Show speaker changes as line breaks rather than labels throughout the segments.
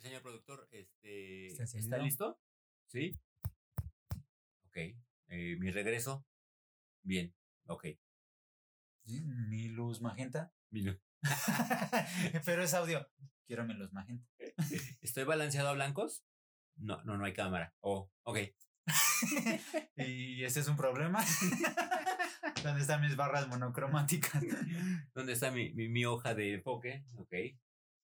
señor productor, este,
¿Está encendido?
¿está listo? Sí. Ok. eh, Mi regreso. Bien. Ok.
Mi luz magenta.
Mi-
Pero es audio. Quiero mi luz magenta.
¿Estoy balanceado a blancos? No, no, no hay cámara. Oh, ok.
y ese es un problema. ¿Dónde están mis barras monocromáticas?
¿Dónde está mi, mi, mi hoja de enfoque? Ok.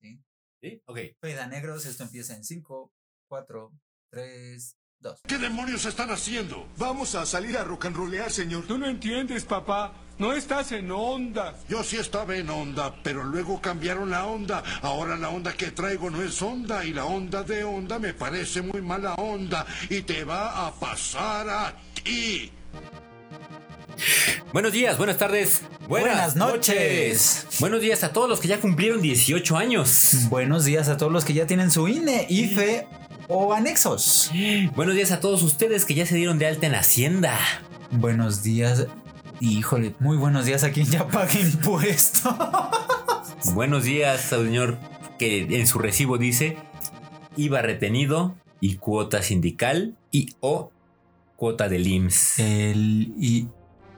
Sí.
¿Sí? Ok.
Peda negros, esto empieza en 5, 4, 3, 2.
¿Qué demonios están haciendo? Vamos a salir a rock and rollear, señor.
Tú no entiendes, papá. No estás en onda.
Yo sí estaba en onda, pero luego cambiaron la onda. Ahora la onda que traigo no es onda y la onda de onda me parece muy mala onda y te va a pasar a ti.
Buenos días, buenas tardes,
Buenas noches.
Buenos días a todos los que ya cumplieron 18 años.
Buenos días a todos los que ya tienen su E, INE, IFE o anexos.
Buenos días a todos ustedes que ya se dieron de alta en Hacienda.
Buenos días. Híjole, muy buenos días a quien ya pague impuesto.
Buenos días al señor que en su recibo dice IVA retenido y cuota sindical y o cuota del IMSS.
El I-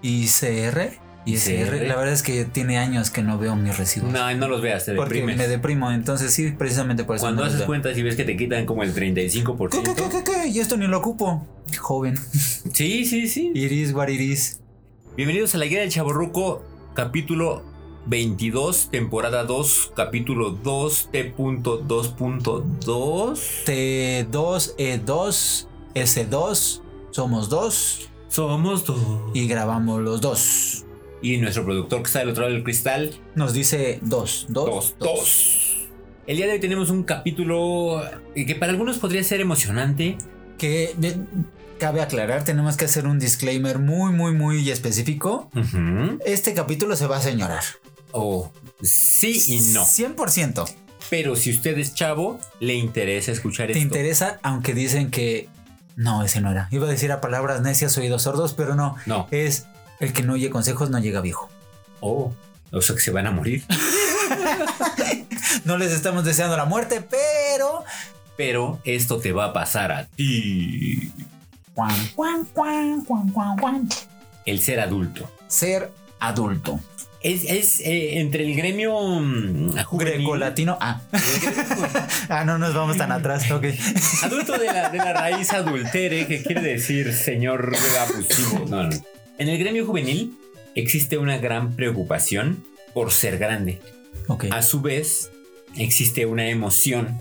ICR. ICR.
ICR.
La verdad es que tiene años que no veo mis recibos.
No, no los veas, te
porque
deprimes.
me deprimo. Entonces, sí, precisamente por eso.
Cuando
no los
haces
veo.
cuentas y ves que te quitan como el 35%.
¿Qué, qué, qué, qué, qué? Y esto ni lo ocupo. Joven.
Sí, sí, sí.
Iris, guariris.
Bienvenidos a la Guía del Chaborruco, capítulo 22, temporada 2, capítulo 2, T.2.2.
T2, E2, S2. Somos dos
Somos dos.
y grabamos los dos.
Y nuestro productor que está del otro lado del cristal,
Nos dice dos, dos,
dos, dos. El día de hoy tenemos un capítulo que para algunos podría ser emocionante.
Que de- cabe aclarar, tenemos que hacer un disclaimer muy, muy, muy específico. Este capítulo se va a señorar.
O sí y no.
100%.
Pero si usted es chavo, le interesa escuchar
¿Te
esto.
interesa? Aunque dicen que... No, ese no era. Iba a decir a palabras necias, oídos sordos, pero no.
No.
Es el que no oye consejos no llega viejo.
Oh, o sea que se van a morir.
No les estamos deseando la muerte, pero...
Pero esto te va a pasar a ti.
Cuan, cuan, cuan, cuan, cuan, cuan.
el ser adulto.
Ser adulto.
Es, es, eh, entre el gremio mm, juvenil-
Greco-latino. Ah. ah, no nos vamos tan atrás. Ok.
adulto de la, de la raíz adultere, que quiere decir señor abusivo. No, no. En el gremio juvenil existe una gran preocupación por ser grande.
Ok.
A su vez, existe una emoción,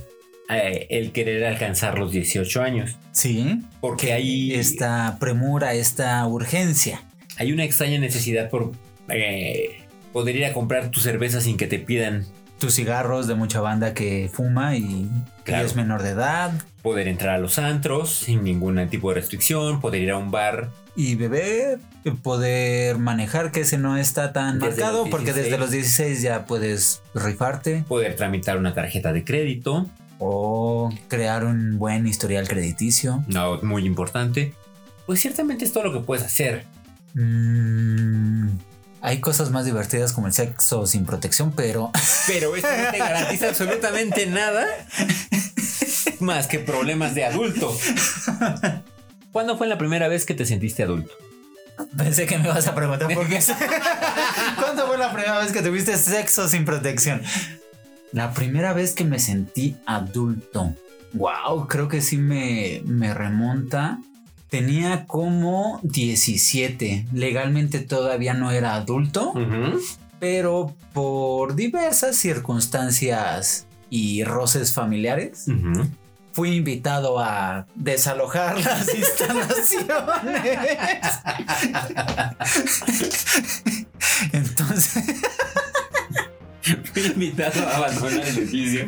eh, el querer alcanzar los 18 años,
Sí.
porque ahí
Esta premura, esta urgencia.
hay una extraña necesidad por eh, poder ir a comprar tu cerveza sin que te pidan
Tus cigarros de mucha banda que fuma y,
Claro.
y es menor de edad.
poder entrar a los antros sin ningún tipo de restricción, poder ir a un bar.
Y beber, poder manejar, que ese no está tan
Desde
marcado,
los
porque desde
16.
los 16 ya puedes rifarte
poder tramitar una tarjeta de crédito,
o crear un buen historial crediticio.
no, muy importante. Pues ciertamente es todo lo que puedes hacer.
Mm, hay cosas más divertidas como el sexo sin protección, pero
Pero esto no te garantiza absolutamente nada más que problemas de adulto. ¿Cuándo fue la primera vez que te sentiste adulto?
Pensé que me vas a preguntar por qué. ¿Cuándo fue la primera vez que tuviste sexo sin protección? La primera vez que me sentí adulto. Wow, creo que sí me, me remonta. Tenía como 17. Legalmente todavía no era adulto, pero por diversas circunstancias y roces familiares,
Ujú.
fui invitado a desalojar las instalaciones. Entonces,
Fui invitado a abandonar el edificio.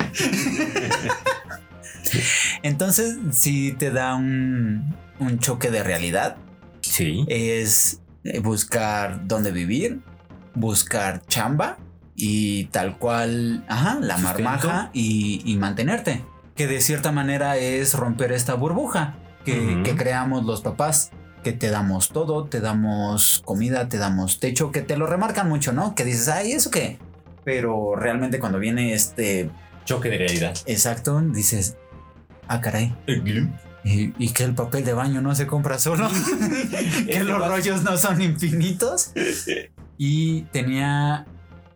entonces si te da un, un choque de realidad.
Sí.
Es eh, buscar dónde vivir, buscar chamba y tal cual, ajá, la
Sustento.
marmaja y, y mantenerte. Que de cierta manera es romper esta burbuja que,
Ujú.
que creamos los papás. Que te damos todo, te damos comida, te damos techo, que te lo remarcan mucho, ¿no? Que dices, ay, ¿eso qué? Pero realmente cuando viene este
Choque de realidad.
exacto, dices, Ah, caray. ¿Y, y que el papel de baño no se compra solo. que los rollos no son infinitos. Y tenía.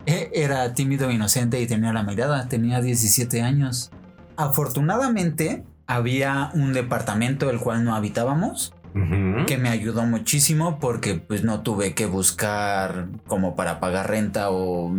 e- Era tímido, inocente y tenía la mirada. Tenía 17 años. Afortunadamente, había un departamento el cual no habitábamos
Ujú.
que me ayudó muchísimo porque pues no tuve que buscar como para pagar renta o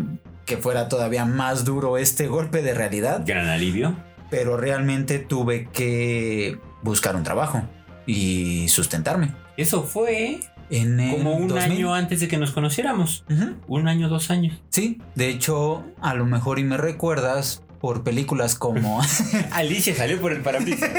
que fuera todavía más duro este golpe de realidad,
Gran alivio.
pero realmente tuve que buscar un trabajo y sustentarme.
Eso fue
En el
como un
2000.
año antes de que nos conociéramos.
Ujú.
Un año, dos años.
Sí, de hecho, a lo mejor y me recuerdas por películas como
Alicia salió por el parabrisas.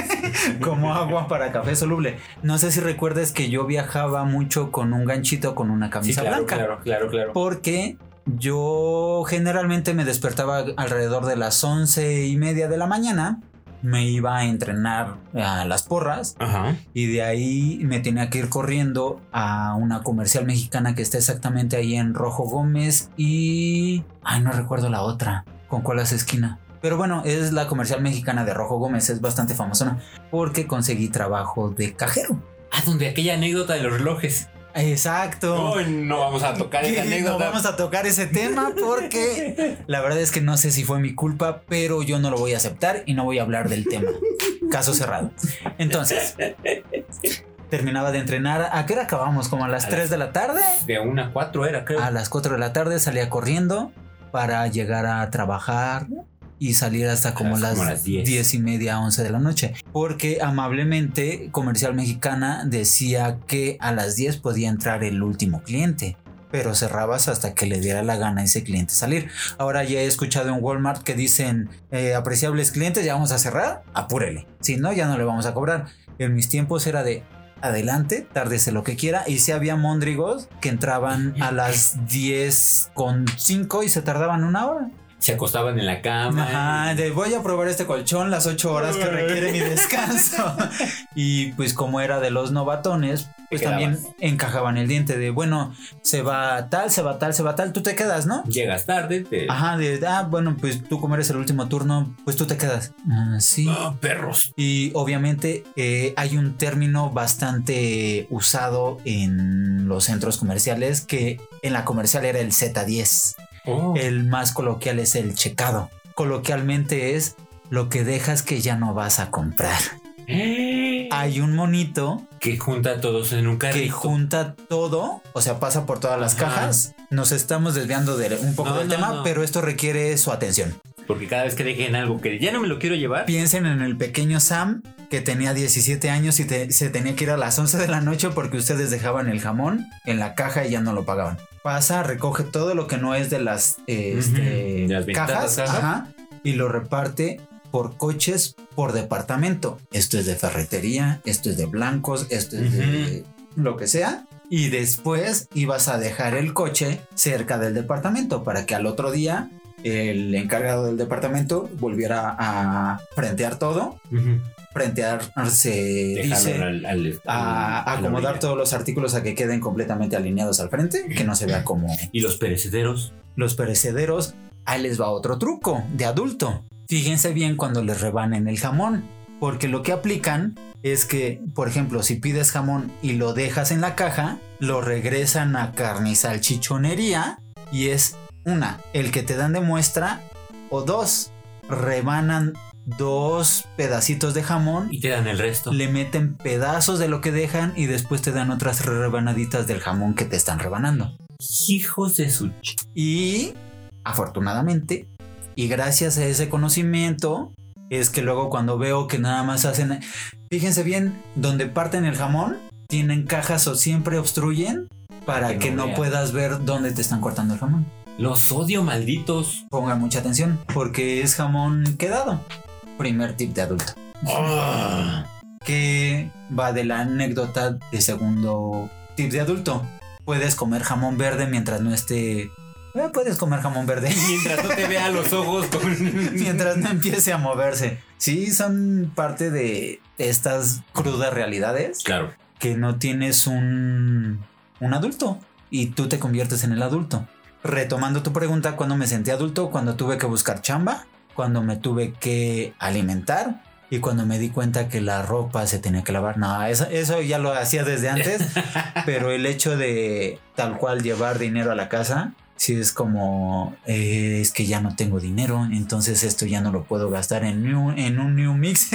como agua para café soluble. No sé si recuerdes que yo viajaba mucho con un ganchito con una
sí,
camisa
claro,
blanca.
claro, claro, claro.
porque yo generalmente me despertaba alrededor de las once y media de la mañana. Me iba a entrenar a las porras
Ajá.
y de ahí me tenía que ir corriendo a una comercial mexicana que está exactamente ahí en Rojo Gómez y... Ay, no recuerdo la otra. ¿Con cuál hace esquina? Pero bueno, es la comercial mexicana de Rojo Gómez, es bastante famosona porque conseguí trabajo de cajero.
Ah, donde aquella anécdota de los relojes.
Exacto.
No, no vamos a tocar
Sí,
esa anécdota.
no vamos a tocar ese tema porque la verdad es que no sé si fue mi culpa, pero yo no lo voy a aceptar y no voy a hablar del tema. Caso cerrado. Entonces, terminaba de entrenar. ¿A qué hora acabamos? ¿Como a las
A
3 de la tarde?
De una a cuatro era, creo.
A las 4 de la tarde salía corriendo para llegar a trabajar y salir hasta como
Las-
las,
como las 10.
10. y media, 11 de la noche. Porque amablemente Comercial Mexicana decía que a las 10 podía entrar el último cliente. Pero cerrabas hasta que le diera la gana a ese cliente salir. Ahora ya he escuchado en Walmart que dicen, eh, apreciables clientes, ya vamos a cerrar, apúrele. Si no, ya no le vamos a cobrar. En mis tiempos era de, adelante, tárdese lo que quiera. Y si había móndrigos que entraban a las 10 con 5 y se tardaban una hora.
Se acostaban en la cama.
Ajá, de, voy a probar este colchón las 8 horas que requiere mi descanso. y pues como era de los novatones, pues
Te quedabas.
también encajaban el diente de, bueno, se va tal, se va tal, se va tal, tú te quedas, ¿no?
Llegas tarde, te.
Ajá, de, ah, bueno, pues tú como eres el último turno, pues tú te quedas. Ah, sí.
Ah, perros.
Y obviamente eh, hay un término bastante usado en los centros comerciales que en la comercial era el Z10.
Oh.
El más coloquial es el checado. Coloquialmente es lo que dejas que ya no vas a comprar. Hay un monito
Que junta a todos en un carrito.
que junta todo, o sea, pasa por todas las
Ajá.
cajas. Nos estamos desviando de un poco
No,
del
no,
tema,
no.
pero esto requiere su atención.
Porque cada vez que dejen algo que ya no me lo quiero llevar,
Piensen en el pequeño Sam que tenía 17 años y te- se tenía que ir a las 11 de la noche porque ustedes dejaban el jamón en la caja y ya no lo pagaban. Pasa, recoge todo lo que no es de las, eh,
Ujú,
este,
de las ventanas,
cajas
ajá.
ajá, y lo reparte por coches, por departamento. Esto es de ferretería, esto es de blancos, esto es de lo que sea. Y después ibas a dejar el coche cerca del departamento para que al otro día el encargado del departamento volviera a frentear todo.
Ujú.
Frentear se
dejarlo
dice
al, al-
a
al- a la
acomodar
orilla.
todos los artículos a que queden completamente alineados al frente, que no se vea como
Y los perecederos.
los perecederos. Ahí les va otro truco de adulto. Fíjense bien cuando les rebanen el jamón, porque lo que aplican es que, por ejemplo, si pides jamón y lo dejas en la caja, lo regresan a carnizal chichonería y es una, el que te dan de muestra, o dos, rebanan dos pedacitos de jamón,
Y te dan el resto.
le meten pedazos de lo que dejan y después te dan otras rebanaditas del jamón que te están rebanando.
Hijos de su ch-
Y afortunadamente, y gracias a ese conocimiento, es que luego cuando veo que nada más hacen, fíjense bien, donde parten el jamón, tienen cajas o siempre obstruyen para
Que
que,
no
no
vean.
puedas ver dónde te están cortando el jamón.
Los odio malditos.
Pongan mucha atención, porque es jamón quedado. Primer tip de adulto.
Ah.
Que va de la anécdota de segundo tip de adulto. Puedes comer jamón verde mientras no esté... eh, puedes comer jamón verde.
Mientras no te vea a los ojos con.
mientras no empiece a moverse. Sí, son parte de estas crudas realidades
claro.
que no tienes un, un adulto y tú te conviertes en el adulto. Retomando tu pregunta, cuando me sentí adulto, cuando tuve que buscar chamba, cuando me tuve que alimentar, Y cuando me di cuenta que la ropa se tenía que lavar, no, eso, eso ya lo hacía desde antes, pero el hecho de tal cual llevar dinero a la casa, si es como, eh, es que ya no tengo dinero, entonces esto ya no lo puedo gastar en, new- en un New Mix.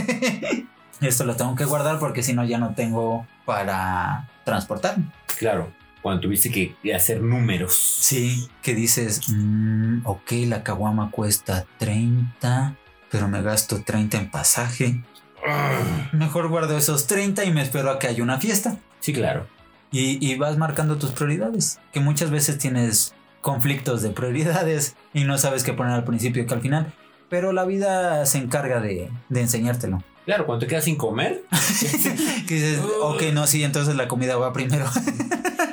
esto lo tengo que guardar porque si no ya no tengo para transportar.
Claro, cuando tuviste que hacer números.
Sí, que dices, "Mm, ok, la caguama cuesta 30, pero me gasto 30 en pasaje. Mejor guardo esos 30 y me espero a que haya una fiesta.
Sí, claro.
Y, y vas marcando tus prioridades, que muchas veces tienes conflictos de prioridades y no sabes qué poner al principio y que al final, pero la vida se encarga de, de enseñártelo.
Claro, cuando te quedas sin comer.
Que dices, ok, no, sí, entonces la comida va primero.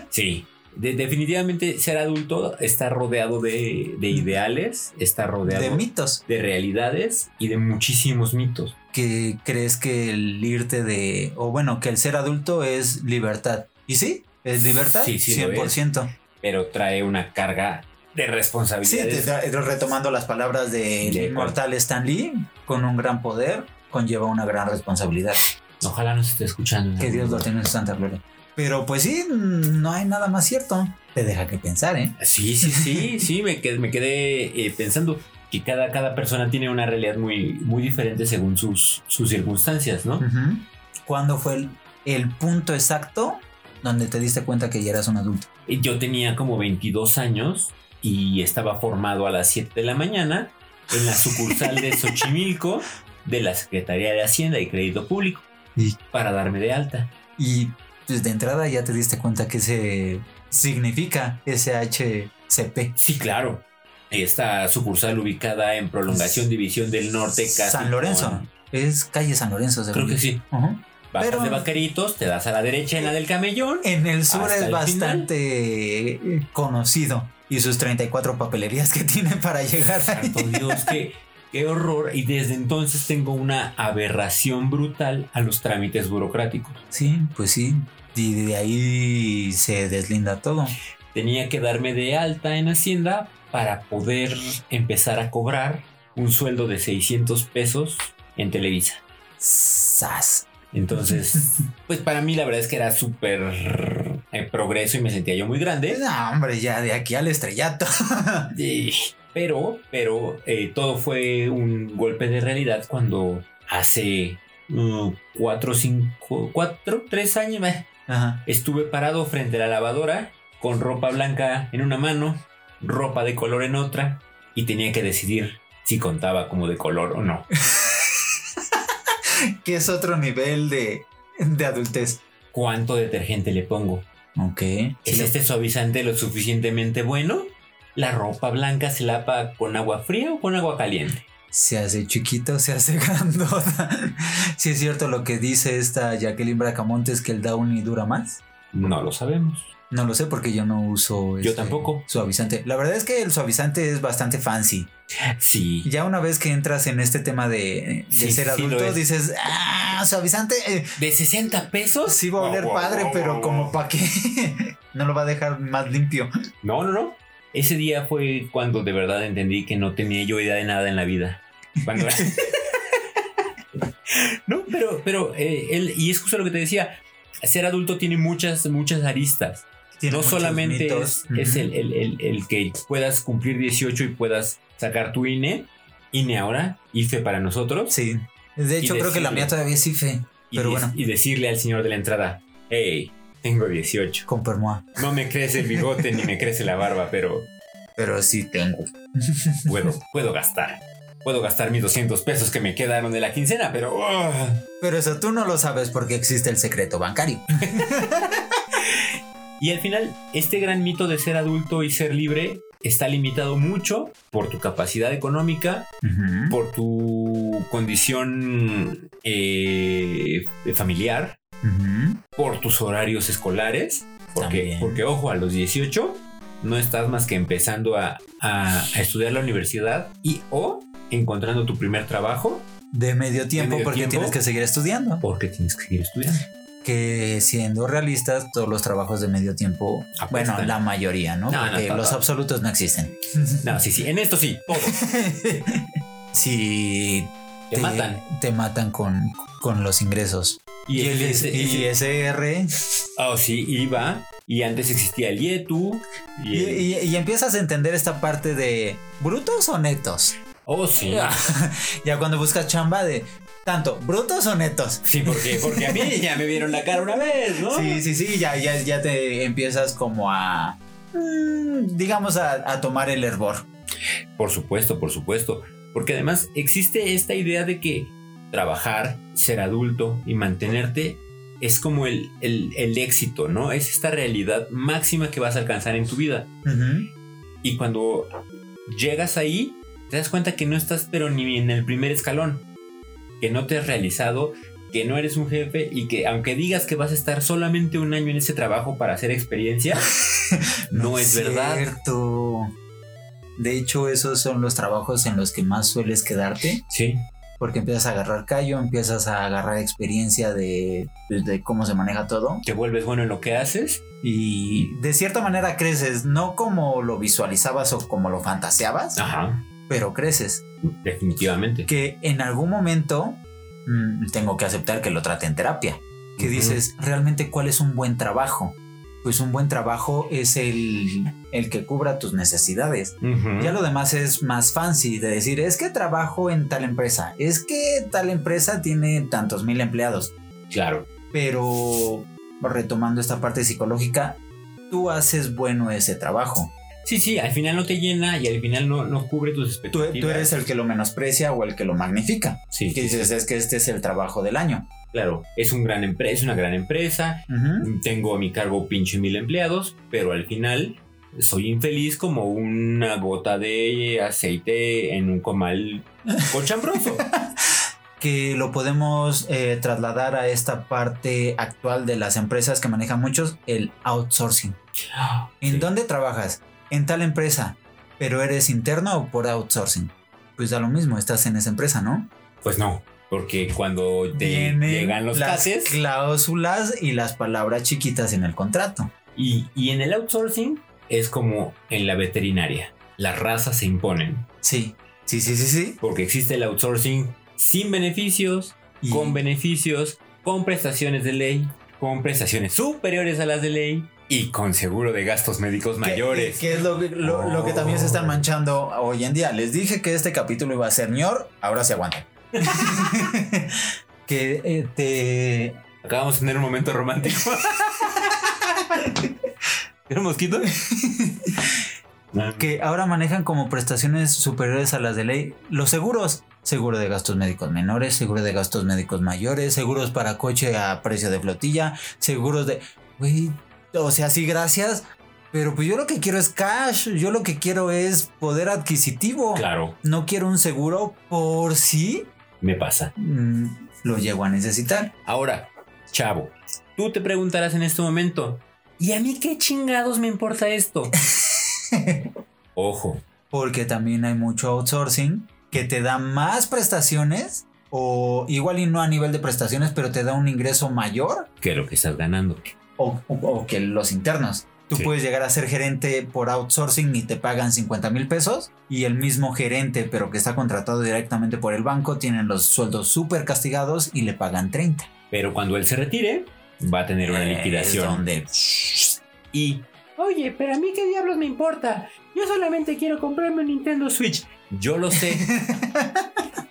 Sí. De- definitivamente ser adulto está rodeado de, de ideales, está rodeado
de mitos.
de realidades y de muchísimos mitos.
que crees que el irte de, o bueno, que el ser adulto es libertad. ¿Y sí? ¿Es libertad?
Sí, sí lo
100%.
Pero trae una carga de
Sí,
responsabilidades.
te tra- retomando las palabras del
De-
inmortal Stan Lee, con un gran poder conlleva una gran responsabilidad.
Ojalá no se esté escuchando.
Que Dios lo tenga en su santa gloria. Pero pues sí, no hay nada más cierto. Te deja que pensar, ¿eh?
Sí, sí, sí, sí, me quedé, me quedé eh, pensando que cada, cada persona tiene una realidad muy, muy diferente según sus, sus circunstancias, ¿no?
Ujú. ¿Cuándo fue el, el punto exacto donde te diste cuenta que ya eras un adulto?
Yo tenía como 22 años y estaba formado a las 7 de la mañana en la sucursal de Xochimilco de la Secretaría de Hacienda y Crédito Público
Y-
para darme de alta.
Y pues de entrada ya te diste cuenta que se significa SHCP.
Sí, claro. Esta sucursal ubicada en Prolongación División del Norte, casi
San Lorenzo.
con-
Es calle San Lorenzo, según
creo que
yo.
sí.
Ujú.
Bajas
Pero-
de vaqueritos, te das a la derecha en la del camellón.
En el sur
Hasta
es
el
bastante eh, conocido y sus 34 papelerías que tiene para llegar.
Santo Dios, qué, qué horror. Y desde entonces tengo una aberración brutal a los trámites burocráticos.
Sí, pues sí. Y de ahí se deslinda todo.
Tenía que darme de alta en Hacienda para poder empezar a cobrar un sueldo de 600 pesos en Televisa.
¡Sas!
Entonces, pues para mí la verdad es que era súper eh, progreso y me sentía yo muy grande.
No, hombre, ya de aquí al estrellato.
Eh, Pero, pero eh, todo fue un golpe de realidad cuando hace mm, cuatro, cinco, cuatro, tres años eh,
Ajá.
estuve parado frente a la lavadora con ropa blanca en una mano, ropa de color en otra y tenía que decidir si contaba como de color o no.
Que es otro nivel de, de adultez.
¿Cuánto detergente le pongo?
Ok.
¿Es este suavizante lo suficientemente bueno? ¿La ropa blanca se lava con agua fría o con agua caliente?
se hace chiquito, se hace grandota. Si es cierto lo que dice esta Jacqueline Bracamontes que el Downy dura más.
No lo sabemos.
No lo sé porque yo no uso este,
Yo tampoco.
suavizante. La verdad es que el suavizante es bastante fancy.
Sí.
Ya una vez que entras en este tema de, de
Sí,
ser
sí lo
adulto,
es.
dices, ah, suavizante, eh,
¿De 60 pesos?
sí va a oler
Guau, guau,
padre,
guau,
pero
guau,
como
guau.
pa' qué. no lo va a dejar más limpio.
No, no, no. Ese día fue cuando de verdad entendí que no tenía yo idea de nada en la vida. Cuando- no, pero, pero eh, él, y es justo lo que te decía, ser adulto tiene muchas, muchas aristas.
Tiene
no
muchos
solamente
mitos.
es, es
Ujú.
el, el- el- el que puedas cumplir 18 y puedas sacar tu E, INE, INE ahora, IFE para nosotros,
Sí. De hecho, creo que la
decirle-
mía todavía es IFE,
y,
pero
dec-
bueno.
y decirle al señor de la entrada, hey, tengo 18.
con permoa.
No me crece el bigote ni me crece la barba, pero
Pero sí tengo.
puedo, puedo gastar. Puedo gastar mis 200 pesos que me quedaron de la quincena, pero... ¡ah!
Pero eso tú no lo sabes porque existe el secreto bancario.
Y al final, este gran mito de ser adulto y ser libre está limitado mucho por tu capacidad económica, por tu condición eh, familiar, por tus horarios escolares, porque,
También.
porque ojo, a los 18 no estás más que empezando a, a- a estudiar la universidad y o encontrando tu primer trabajo
De medio tiempo
medio
porque
tiempo.
tienes que seguir estudiando.
porque tienes que seguir estudiando.
Que siendo realistas, todos los trabajos de medio tiempo,
Apestan.
bueno, la mayoría, ¿no?
No, no,
porque
no,
los
no.
absolutos no existen.
No, sí, sí, en esto sí, todo.
si
Te matan.
Te matan con, con los ingresos. Y, el
ese-
IS-
ese-
ISR.
Ah, sí, IVA. Y antes existía el IETU.
Y,
Y el-
y- y empiezas a entender esta parte de brutos o netos.
oh, sí.
ya cuando buscas chamba de tanto, brutos o netos.
Sí, porque, porque a mí ya me vieron la cara una vez, ¿no?
Sí, sí, sí, ya, ya, ya te empiezas como a, mm, digamos, a, a tomar el hervor.
Por supuesto, por supuesto. Porque además existe esta idea de que trabajar, ser adulto y mantenerte es como el, el- el éxito, ¿no? Es esta realidad máxima que vas a alcanzar en tu vida.
Ujú.
Y cuando llegas ahí, te das cuenta que no estás pero ni en el primer escalón, que no te has realizado, que no eres un jefe y que aunque digas que vas a estar solamente un año en ese trabajo para hacer experiencia, no es verdad.
cierto. De hecho, esos son los trabajos en los que más sueles quedarte,
Sí,
porque empiezas a agarrar callo, empiezas a agarrar experiencia de, de cómo se maneja todo.
te vuelves bueno en lo que haces.
Y de cierta manera creces, no como lo visualizabas o como lo fantaseabas,
Ajá.
pero creces.
Definitivamente.
Que en algún momento mm, tengo que aceptar que lo trate en terapia. Que
Ujú.
dices, realmente, ¿cuál es un buen trabajo? Pues un buen trabajo es el, el que cubra tus necesidades.
Ujú.
Ya lo demás es más fancy de decir, es que trabajo en tal empresa, es que tal empresa tiene tantos mil empleados.
Claro.
pero retomando esta parte psicológica, tú haces bueno ese trabajo.
Sí, sí, al final no te llena y al final no, no cubre tus
Tú,
expectativas.
tú eres el que lo menosprecia o el que lo magnifica.
Sí,
Y que dices, es que este es el trabajo del año.
claro. Es, un gran empre- es una gran empresa.
Ujú.
Tengo a mi cargo pinche mil empleados, pero al final soy infeliz como una gota de aceite en un comal cochambroso.
Que lo podemos eh, trasladar a esta parte actual de las empresas que manejan muchos, el outsourcing. ¿En
Sí.
dónde trabajas? En tal empresa, pero eres interno o por outsourcing. Pues da lo mismo, estás en esa empresa, ¿no?
Pues no, porque cuando te
Tienen
llegan los
las
cases
cláusulas y las palabras chiquitas en el contrato.
y, y en el outsourcing es como en la veterinaria. Las razas se imponen.
Sí, sí, sí, sí, sí.
porque existe el outsourcing sin beneficios,
Y-
con beneficios, con prestaciones de ley, con prestaciones superiores a las de ley y con seguro de gastos médicos
Que-
mayores.
Que, es lo, que- lo- lo que también se están manchando hoy en día. Les dije que este capítulo iba a ser ñor, ahora se aguanta. que eh, te.
Acabamos de tener un momento romántico. ¿Era un mosquito?
Que ahora manejan como prestaciones superiores a las de ley los seguros. Seguro de gastos médicos menores, seguro de gastos médicos mayores, seguros para coche a precio de flotilla, seguros de. Güey, o sea, sí, gracias. Pero pues yo lo que quiero es cash, yo lo que quiero es poder adquisitivo.
Claro,
no quiero un seguro por si
me pasa.
mm, lo llego a necesitar.
Ahora, chavo, tú te preguntarás en este momento, ¿y a mí qué chingados me importa esto? Ojo,
Porque también hay mucho outsourcing que te da más prestaciones o igual y no a nivel de prestaciones, pero te da un ingreso mayor
que lo que estás ganando.
o, o- o que los internos. Tú
Sí.
puedes llegar a ser gerente por outsourcing y te pagan 50 mil pesos y el mismo gerente, pero que está contratado directamente por el banco, tienen los sueldos súper castigados y le pagan 30.
Pero cuando él se retire, va a tener una
Es
liquidación.
donde
Y. Oye, pero a mí qué diablos me importa. Yo solamente quiero comprarme un Nintendo Switch. Yo lo sé.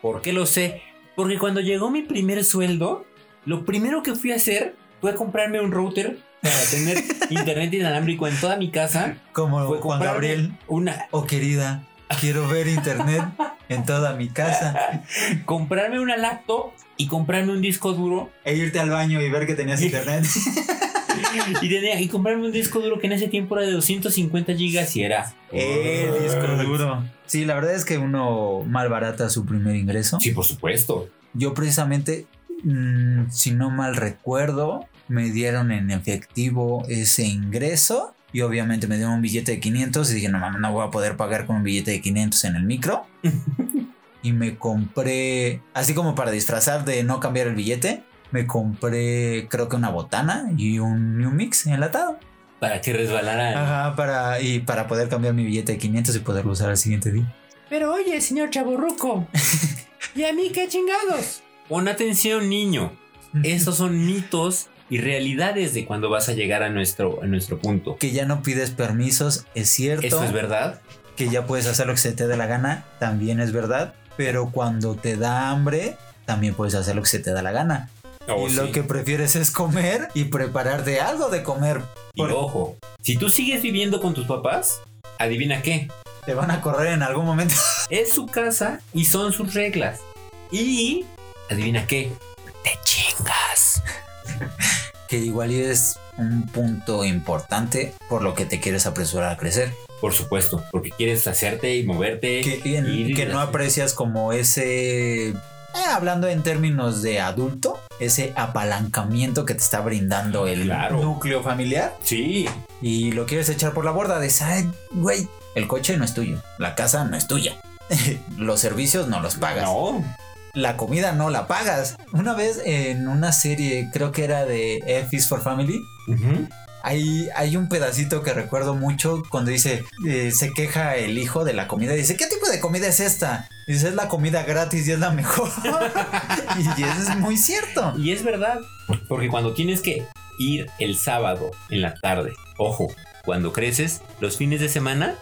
¿Por qué lo sé? Porque cuando llegó mi primer sueldo, lo primero que fui a hacer fue comprarme un router para tener internet inalámbrico en toda mi casa.
como
Fue
Oh, Juan
comprarme
Gabriel
Una,
Oh querida, quiero ver internet en toda mi casa.
comprarme una laptop y comprarme un disco duro
E irte al baño y ver que tenías internet.
y, tenía- y comprarme un disco duro que en ese tiempo era de 250 gigas y era
Eh, El disco duro. Sí, la verdad es que uno malbarata su primer ingreso.
Sí, por supuesto.
Yo precisamente, mm, si no mal recuerdo, me dieron en efectivo ese ingreso. Y obviamente me dieron un billete de 500 y dije, no mames, no voy a poder pagar con un billete de 500 en el micro. y me compré, así como para disfrazar de no cambiar el billete, me compré creo que una botana y un New Mix enlatado.
Para que resbalara.
Ajá, para, y para poder cambiar mi billete de 500 y poderlo usar al siguiente día.
Pero oye, señor Chaborruco, ¿Y a mí qué chingados? Pon atención, niño. Esos son mitos y realidades de cuando vas a llegar a nuestro, a nuestro punto.
Que ya no pides permisos, es cierto.
Eso es verdad.
Que ya puedes hacer lo que se te dé la gana, también es verdad. Pero cuando te da hambre, también puedes hacer lo que se te da la gana.
Oh,
y lo
sí.
que prefieres es comer y prepararte algo de comer.
Y ojo, si tú sigues viviendo con tus papás, adivina qué.
Te van a correr en algún momento.
Es su casa y son sus reglas. Y adivina qué. Te chingas.
Que igual y es un punto importante por lo que te quieres apresurar a crecer.
Por supuesto, porque quieres hacerte y moverte.
Que, que-
ir y
que no
hacer-
aprecias como ese... eh, hablando en términos de adulto, ese apalancamiento que te está brindando el
Claro.
núcleo familiar
Sí,
y lo quieres echar por la borda de "Ay, güey, el coche no es tuyo, la casa no es tuya, los servicios no los pagas.
no.
la comida no la pagas. Una vez en una serie, creo que era de F is for Family,
Ujú.
hay, hay un pedacito que recuerdo mucho cuando dice, eh, se queja el hijo de la comida y dice, ¿qué tipo de comida es esta? Y dice, es la comida gratis y es la mejor. y eso es muy cierto.
Y es verdad, porque cuando tienes que ir el sábado en la tarde, ojo, cuando creces, los fines de semana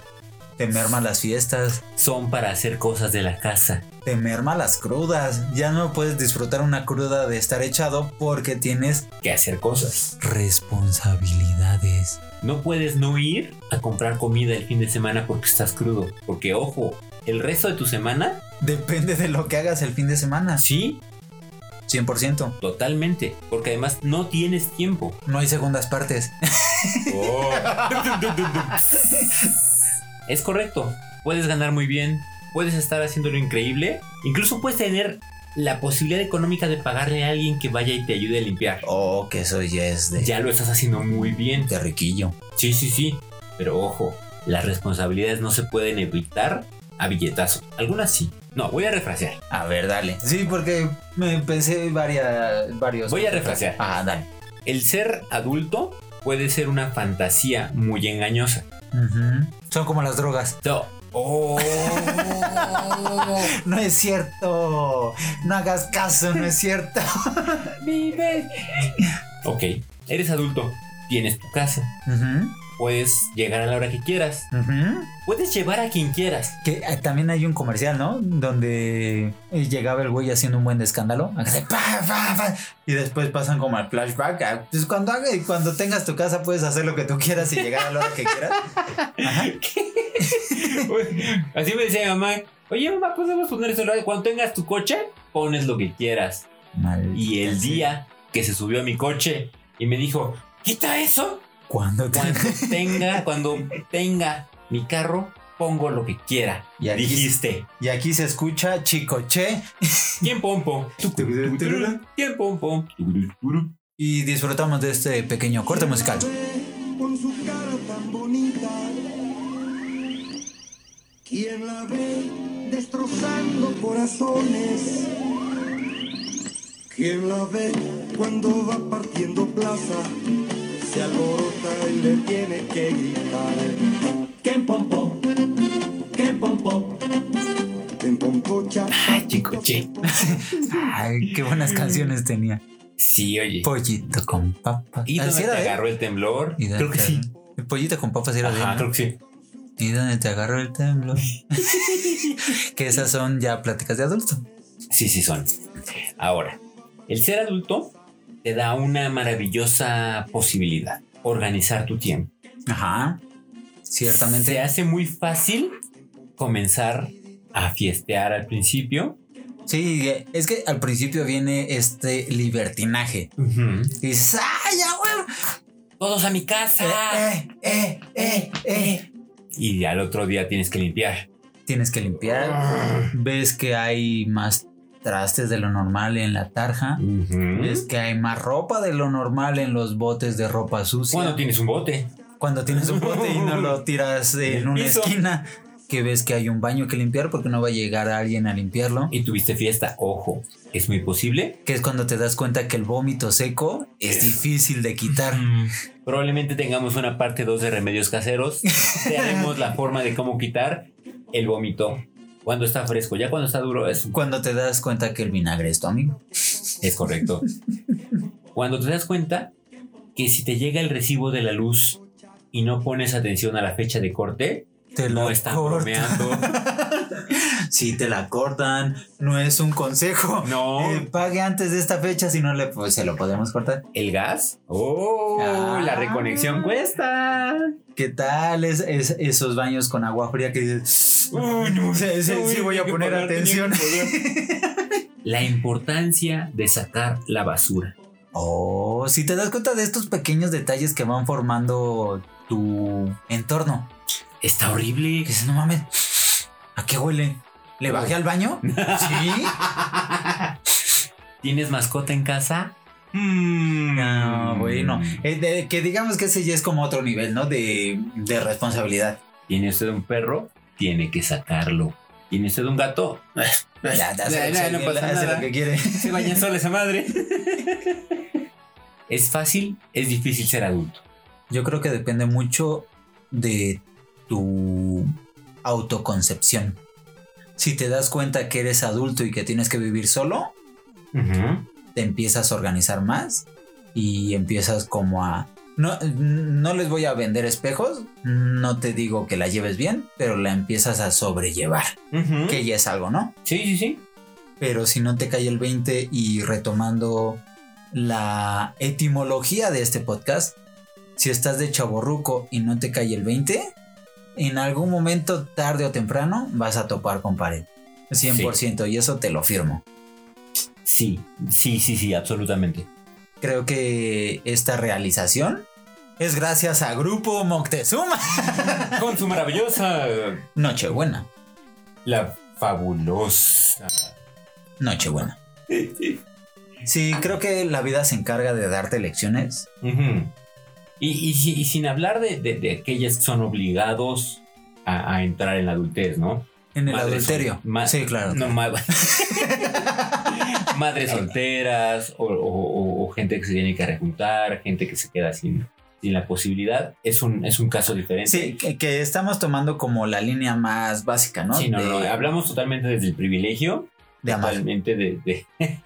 Te merma las fiestas,
son para hacer cosas de la casa.
te merma las crudas. Ya no puedes disfrutar una cruda de estar echado porque tienes
Que hacer cosas.
responsabilidades.
No puedes no ir a comprar comida el fin de semana porque estás crudo. Porque ojo, el resto de tu semana,
Depende de lo que hagas el fin de semana.
sí,
100%.
totalmente. Porque además no tienes tiempo.
No hay segundas partes.
Oh. es correcto. Puedes ganar muy bien. Puedes estar haciendo lo increíble. Incluso puedes tener la posibilidad económica de pagarle a alguien que vaya y te ayude a limpiar.
Oh, que eso ya es de,
Ya lo estás haciendo muy bien.
de riquillo.
Sí, sí, sí. Pero ojo, las responsabilidades no se pueden evitar a billetazos. Algunas sí. No, voy a refrasear.
A ver, dale. Sí, porque me pensé varias, varios.
Voy a refrasear.
Ah, dale.
El ser adulto puede ser una fantasía muy engañosa.
Son como las drogas.
So,
No es cierto. No hagas caso, no es cierto.
ok, eres adulto, tienes tu casa,
Ujú,
puedes llegar a la hora que quieras,
ujú.
puedes llevar a quien quieras.
Que eh, también hay un comercial, ¿no? Donde eh, llegaba el güey haciendo un buen de escándalo. Así, pa, pa, pa, y después pasan como al flashback. ah, Pues cuando, haga- cuando tengas tu casa puedes hacer lo que tú quieras y llegar a la hora que quieras.
Así me decía mi mamá, oye mamá, podemos poner eso, cuando tengas tu coche, pones lo que quieras.
Maldita
Y el
sea.
día que se subió a mi coche y me dijo, quita eso.
Cuando te-
Cuando tenga, cuando tenga mi carro, pongo lo que quiera.
Y
Ya
aquí-
dijiste.
Y aquí se escucha Chicoche
¿Quién pompo? ¿Quién pompo?
y disfrutamos de este pequeño corte musical.
con su cara tan bonita. Quien la ve destrozando corazones. Quien la ve cuando va partiendo plaza. Se alborota y le tiene que gritar. ¡Qué pompo! ¡Qué pompo! En pompocha.
Ay, chico, che.
Ay, qué buenas canciones tenía.
Sí, oye.
Pollito con papas.
¿Y
Ah,
dónde
¿sí
te
era de él?
agarró el temblor?
¿Y dónde
Creo que
te-
sí.
El pollito con papas era de
Ajá,
él, ¿no?
creo que sí.
¿Y dónde te agarró el temblor? que esas son ya pláticas de adulto.
Sí, sí son. Ahora, el ser adulto te da una maravillosa posibilidad. Organizar tu tiempo.
Ajá.
Se
Ciertamente.
hace muy fácil comenzar a fiestear al principio.
Sí, es que al principio viene este libertinaje. Y dices, ¡ay, ya, huevo!
Todos a mi casa.
Eh, eh, eh, eh.
Y al otro día tienes que limpiar.
Tienes que limpiar. Ves que hay más trastes de lo normal en la tarja. Ves que hay más ropa de lo normal en los botes de ropa sucia.
Cuando tienes un bote.
cuando tienes un bote y no lo tiras
el
en una
piso.
esquina, que ves que hay un baño que limpiar porque no va a llegar alguien a limpiarlo,
Y tuviste fiesta. Ojo, es muy posible.
que es cuando te das cuenta que el vómito seco es difícil de quitar.
Probablemente tengamos una parte 2 de remedios caseros. Te haremos la forma de cómo quitar el vómito Cuando está fresco, ya cuando está duro es,
Cuando te das cuenta que el vinagre es tu amigo.
es correcto. cuando te das cuenta que si te llega el recibo de la luz y no pones atención a la fecha de corte,
Te
no
la
estás
cortan.
bromeando.
Si te la cortan, no es un consejo.
No.
Eh, pague antes de esta fecha, si no le, pues, se lo podemos cortar.
¿El gas? ¡Oh!
Ah.
la reconexión cuesta.
¿Qué tal es, es- esos baños con agua fría que dices?
Uy, no,
sí, sí,
uy,
sí voy
tenía
a
que
poner
pagar,
atención.
tenía que pagar. La importancia de sacar la basura.
Oh, si te das cuenta de estos pequeños detalles que van formando tu entorno.
Está horrible.
Que dices, no mames, ¿a qué huele? ¿Le bajé al baño? Sí.
¿Tienes mascota en casa?
Mm. No,
Mm.
bueno. Eh, de- que digamos que ese ya es como otro nivel, ¿no? De, de responsabilidad.
¿Tiene usted un perro? Tiene que sacarlo. ¿Tiene usted un gato?
Ya, ya,
Ya,
se-
ya,
se-
no pasa
hace
nada.
lo que quiere.
Se baña sola esa madre. ¿Es fácil? ¿Es difícil ser adulto?
Yo creo que depende mucho de tu autoconcepción. Si te das cuenta que eres adulto y que tienes que vivir solo, te empiezas a organizar más y empiezas como a... No, no les voy a vender espejos, no te digo que la lleves bien, pero la empiezas a sobrellevar, que ya es algo, ¿no?
Sí, sí, sí.
Pero si no te cae el 20 y retomando la etimología de este podcast, si estás de chaborruco y no te cae el 20, en algún momento, tarde o temprano, vas a topar con pared. 100% y eso te lo firmo.
Sí, sí, sí, sí, absolutamente.
Creo que esta realización es gracias a Grupo Moctezuma.
Con su maravillosa...
Nochebuena,
La fabulosa...
Nochebuena. Sí, creo que la vida se encarga de darte lecciones
Ujú. y, y si- y sin hablar de, de- de aquellas que son obligados a, a entrar en la adultez, ¿no?
en el
Madres
adulterio.
sol- ma-
sí, claro.
No, ma- Madres solteras o, o- o- o gente que se tiene que rejuntar, gente que se queda sin, sin la posibilidad. Es un, es un caso diferente.
Sí, que, que estamos tomando como la línea más básica, ¿no?
Sí, no,
de,
no, hablamos totalmente desde el privilegio,
de amar.
totalmente de... de- de-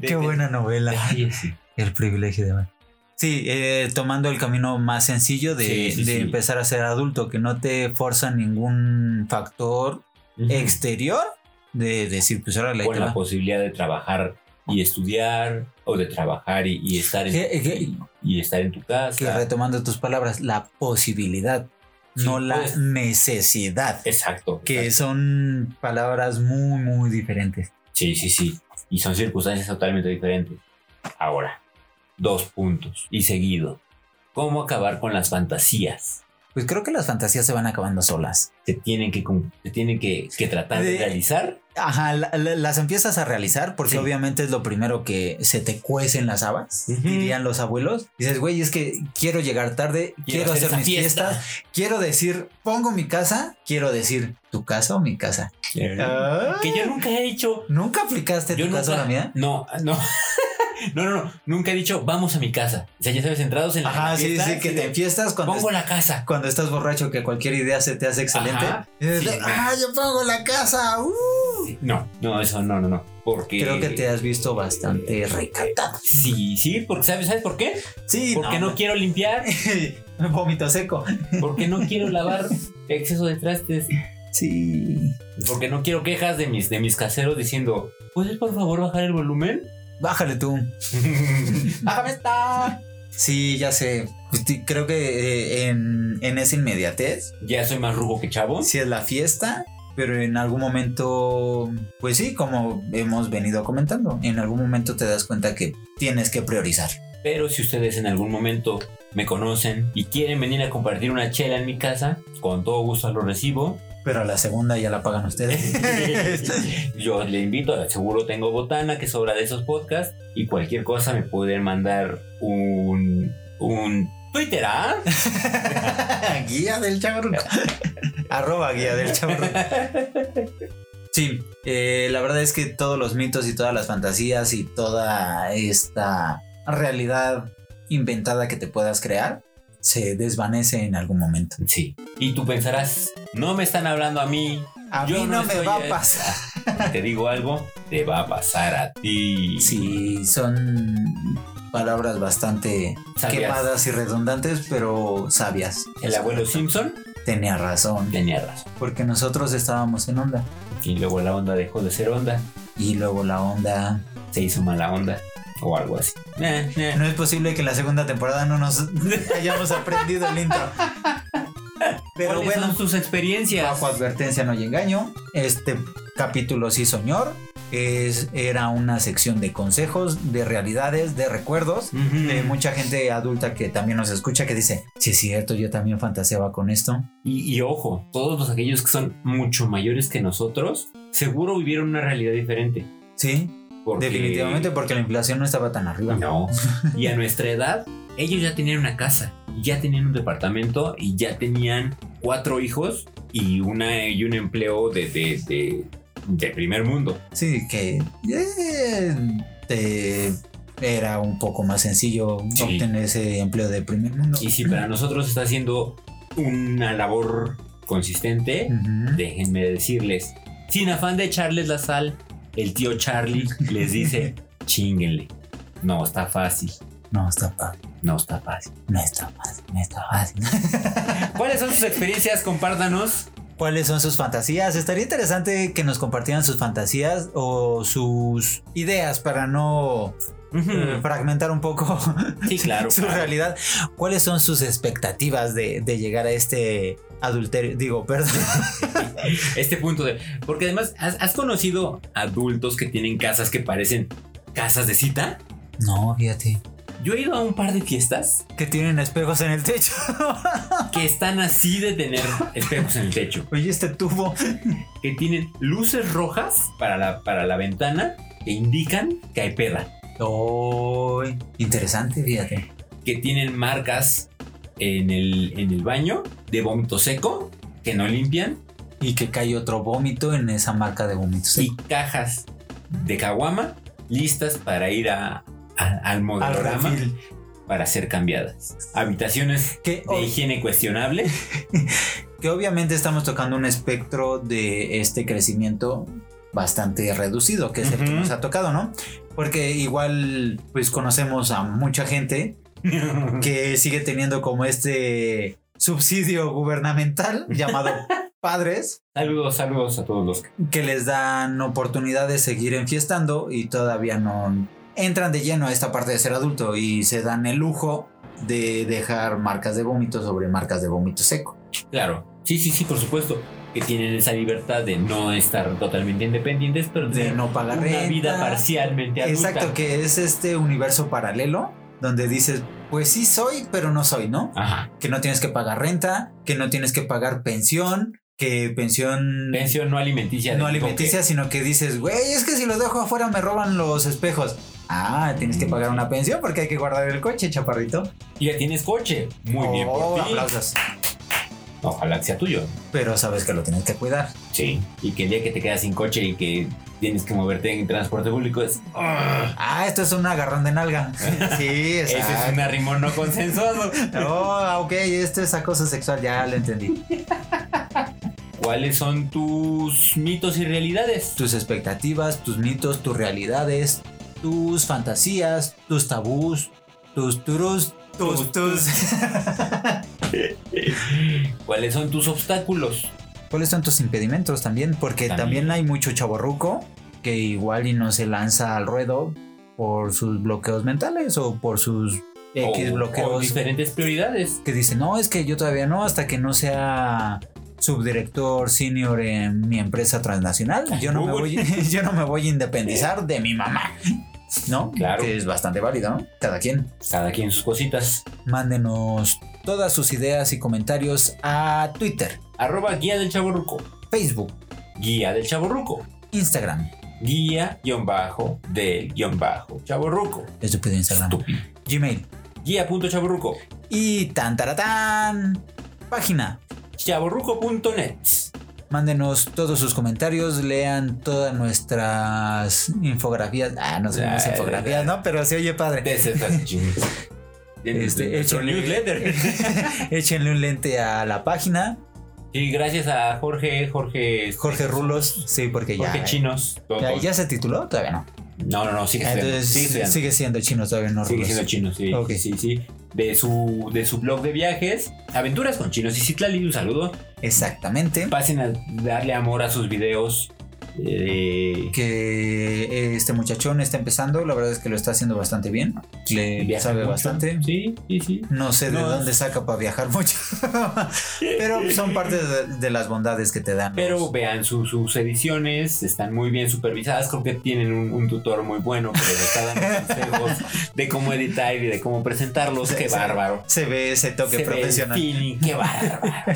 Qué
de-
buena novela.
Ay, sí.
El privilegio de amar. Sí, eh, tomando el camino más sencillo de,
Sí, sí,
de
sí.
empezar a ser adulto, que no te forza ningún factor exterior de decir, pues ahora le
con la posibilidad de trabajar y estudiar o de trabajar y, y estar en,
Que- que-
y, y estar en tu
Que
casa.
retomando tus palabras, la posibilidad,
Sí,
no la
pues.
necesidad,
Exacto.
que
exacto.
son palabras muy, muy diferentes.
Sí, sí, sí. Y son circunstancias totalmente diferentes. Ahora, dos puntos y seguido. ¿Cómo acabar con las fantasías?
Pues creo que las fantasías se van acabando solas.
Se tienen que, cum- se tienen que, que tratar de
De-
realizar.
Ajá, la- la- las empiezas a realizar porque
Sí.
obviamente es lo primero que se te cuecen las habas,
Ujú.
dirían los abuelos. Dices, güey, es que quiero llegar tarde, quiero, hacer,
esa
mis
fiesta.
fiestas, quiero decir, pongo mi casa, quiero decir, tu casa o mi casa.
Eh, Que yo nunca he hecho.
¿Nunca aplicaste
Yo
tu casa o la
nunca.
mía?
No, no. No, no, no. Nunca he dicho, vamos a mi casa. O sea, ya sabes, entrados en la
Ajá, sí,
fiesta,
sí,
así
que te
de,
enfiestas cuando,
Pongo la casa.
cuando estás borracho, que cualquier idea se te hace excelente.
Ajá.
Y dices,
Sí,
ah, yo pongo la casa, uh".
No, no, eso no, no, no. Porque. Eh,
Creo que te has visto bastante recatado.
Sí, sí, porque ¿sabes, ¿sabes por qué?
Sí,
Porque no quiero limpiar,
quiero. Vómito seco.
porque no quiero lavar exceso de trastes.
Sí.
Porque no quiero quejas de mis, de mis caseros diciendo, ¿puedes por favor bajar el volumen?
Bájale tú. Bájame está. Sí, ya sé. Pues sí, Creo que eh, en, en esa inmediatez,
ya soy más rubo que chavo.
sí es la fiesta, pero en algún momento, pues sí, como hemos venido comentando, en algún momento te das cuenta que tienes que priorizar.
Pero si ustedes en algún momento me conocen y quieren venir a compartir una chela en mi casa, con todo gusto lo recibo.
Pero a la segunda ya la pagan ustedes.
Yo le invito, seguro tengo botana que sobra de esos podcasts y cualquier cosa me pueden mandar un, un Twitter, ¿ah?
guía del chaburruco. Arroba guía del chaburruco. Sí, eh, la verdad es que todos los mitos y todas las fantasías y toda esta realidad inventada que te puedas crear se desvanece en algún momento.
Sí. Y tú pensarás, no me están hablando a mí.
A
yo
mí no, me
estoy
va
ahí".
a pasar.
Te digo algo, te va a pasar a ti.
Sí, son palabras bastante
Sabias.
quemadas y redundantes, pero sabias.
El abuelo Simpson
Tenía razón,
tenía razón.
porque nosotros estábamos en onda.
Y luego la onda dejó de ser onda,
Y luego la onda...
se hizo mala onda o algo así. Eh, eh.
No es posible que la segunda temporada no nos hayamos aprendido el intro. Pero
¿Cuáles
bueno,
son sus experiencias?
bajo advertencia no hay engaño. Este capítulo sí soñor. Es, era una sección de consejos, de realidades, de recuerdos.
Ujú.
de mucha gente adulta que también nos escucha que dice, sí es cierto, yo también fantaseaba con esto.
Y, y ojo, todos los aquellos que son mucho mayores que nosotros, seguro vivieron una realidad diferente.
Sí,
Porque-
definitivamente porque la inflación no estaba tan arriba.
No. Y a nuestra edad, ellos ya tenían una casa, ya tenían un departamento y ya tenían cuatro hijos y, una, y un empleo de, de, de- de primer mundo.
Sí, que eh, te- era un poco más sencillo
Sí.
obtener ese empleo de primer mundo.
Y si para nosotros está haciendo una labor consistente,
Ujú.
déjenme decirles, sin afán de echarles la sal, el tío Charlie les dice, chinguenle. No, está fácil,
No está fácil,
no está fácil.
no está fácil, no está fácil.
¿Cuáles son sus experiencias? Compártanos.
¿Cuáles son sus fantasías? Estaría interesante que nos compartieran sus fantasías o sus ideas para no eh, fragmentar un poco
Sí, Hmm. claro.
su
claro.
realidad. ¿Cuáles son sus expectativas de, de llegar a este adulterio? Digo, perdón.
este punto de. Porque además, ¿has, has conocido adultos que tienen casas que parecen casas de cita?
No, fíjate.
Yo he ido a un par de fiestas
Que tienen espejos en el techo.
que están así de tener espejos en el techo,
Oye, este tubo.
que tienen luces rojas para la, para la ventana que indican que hay peda,
Oh, interesante, fíjate.
que tienen marcas en el, en el baño de vómito seco que no limpian
Y que cae otro vómito en esa marca de vómitos.
y cajas de caguama listas para ir a, a- al
Al
modelorama.
refil.
para ser cambiadas. Habitaciones
Que,
de higiene cuestionable.
que obviamente estamos tocando un espectro de este crecimiento bastante reducido, que es el que
Ujú.
nos ha tocado, ¿no? Porque igual, pues conocemos a mucha gente que sigue teniendo como este subsidio gubernamental llamado padres
saludos, saludos a todos los que...
que les dan oportunidad de seguir enfiestando y todavía no entran de lleno a esta parte de ser adulto y se dan el lujo de dejar marcas de vómito sobre marcas de vómito seco.
Claro, sí, sí, sí, por supuesto, que tienen esa libertad de no estar totalmente independientes, pero
De
tener
no pagar
una
renta.
vida parcialmente adulta.
Exacto, que es este universo paralelo donde dices, pues sí soy, pero no soy, ¿no?
Ajá,
Que no tienes que pagar renta, que no tienes que pagar pensión, que pensión...
pensión no alimenticia.
no
de-
alimenticia, sino que dices, güey, es que si los dejo afuera me roban los espejos. Ah, tienes
Mm.
que pagar una pensión porque hay que guardar el coche, chaparrito.
ok. Y ya tienes coche. Muy bien
Oh,
por ti.
aplausos.
Ojalá que sea tuyo.
Pero sabes que lo tienes que cuidar.
Sí. Y que el día que te quedas sin coche y que tienes que moverte en transporte público es... ¡ah!
Ah, esto es un agarrón de nalga. Sí,
Ese es un
exacto.
arrimón no consensuado.
Oh, ok, esto es acoso sexual, ya lo entendí.
¿Cuáles son tus mitos y realidades?
Tus expectativas, tus mitos, tus realidades, tus fantasías, tus tabús, tus turus, tus
Tus,
tus.
¿Cuáles son tus obstáculos?
¿Cuáles son tus impedimentos también? Porque también,
También.
hay mucho chaborruco que igual y no se lanza al ruedo por sus bloqueos mentales o por sus X
O- o
bloqueos
diferentes prioridades.
que dicen, no, es que yo todavía no, hasta que no sea subdirector senior en mi empresa transnacional, yo no, me voy,
Google.
yo no me voy a independizar de mi mamá. ¿No?
Claro.
Que es bastante válido, ¿no? Cada quien.
Cada quien sus cositas.
Mándenos todas sus ideas y comentarios a Twitter,
Arroba guía del chaborruco.
Facebook,
Guía del chaborruco.
Instagram.
Guía guión bajo del guión bajo chaborruco.
Estúpido Instagram. Gmail.
Guía punto chaborruco.
Y tan taratán. Página.
Chaborruco.net.
Mándenos todos sus comentarios, lean todas nuestras infografías. Ah, no son las
Ah,
infografías, ¿no? Pero se oye padre.
This is a genius.
Este,
Nuestro
échale.
newsletter.
Échenle un lente a la página.
Y gracias a Jorge, Jorge. este,
Jorge Rulos, sí, porque ya. eh,
Jorge Chinos. todos.
¿Ya, ya se tituló? Todavía no.
No, no, no, sigue estudiando.
Entonces
sigue
sigue,
estudiando.
siendo chino, todavía Ah, no
Sigue
Rulos.
siendo chino, sí.
Ok.
Sí, sí. De su, de su blog de viajes, Aventuras con Chinos y Citlali, un saludo.
Exactamente.
Pasen a darle amor a sus videos. eh,
Que este muchachón está empezando, la verdad es que lo está haciendo bastante bien. Le
viaja
sabe
mucho.
bastante.
Sí, sí, sí.
No sé de
No, es-
dónde saca para viajar mucho. Pero son parte de, de las bondades que te dan.
Pero
los-
vean su- sus ediciones, están muy bien supervisadas, creo que tienen un, un tutor muy bueno que les está dando consejos de cómo editar y de cómo presentarlos.
Sí,
Qué
sí.
bárbaro.
se ve ese
Se
toque
ve el
profesional.
feeling, qué bárbaro.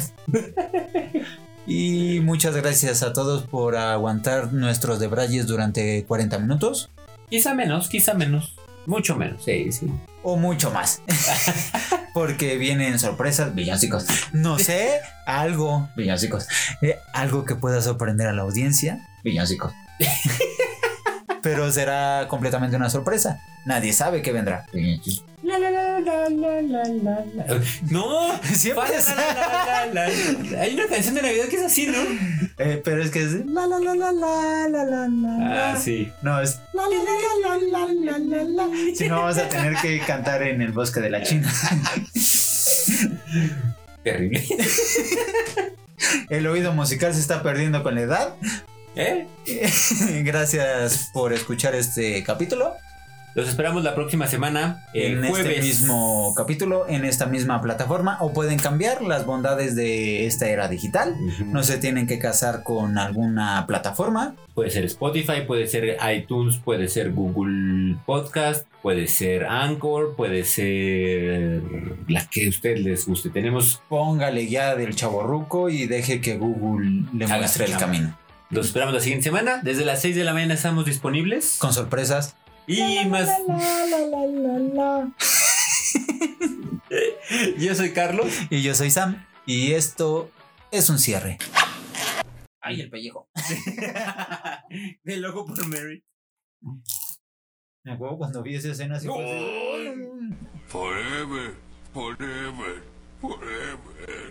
Y muchas gracias a todos por aguantar nuestros debrayes durante 40 minutos
quizá menos, quizá menos. Mucho menos, sí, sí.
o mucho más. Porque vienen sorpresas, villancicos. No sé, algo, villancicos. Eh, algo que pueda sorprender a la audiencia, villancicos. Pero será completamente una sorpresa. Nadie sabe qué vendrá.
La, la, la, la, la, la, la, la. No,
Siempre
Fa-
es-
la, la, la, la, la. Hay una canción de Navidad que es así, ¿no?
Eh, pero es que es la la la la la la la la.
Ah, sí.
No, es la la la la la la la la. Si no vamos a tener que cantar en el bosque de la China.
Terrible.
El oído musical se está perdiendo con la edad.
¿Eh?
Gracias por escuchar este capítulo.
Los esperamos la próxima semana, el
en
jueves.
este mismo capítulo, en esta misma plataforma. O pueden cambiar las bondades de esta era digital.
Ujú.
No se tienen que casar con alguna plataforma.
Puede ser Spotify, puede ser iTunes, puede ser Google Podcast, puede ser Anchor, puede ser la que a usted les guste. Tenemos,
Póngale ya del chaborruco y deje que Google le
Haga
muestre
su
el
chamba.
camino.
los esperamos la siguiente semana. Desde las 6 de la mañana estamos disponibles.
Con sorpresas.
Y más. Yo soy Carlos.
Y yo soy Sam. Y esto es un cierre. Ay, el pellejo.
De loco por Mary.
Me acuerdo cuando vi esa escena así. fue así.
Forever, forever, forever.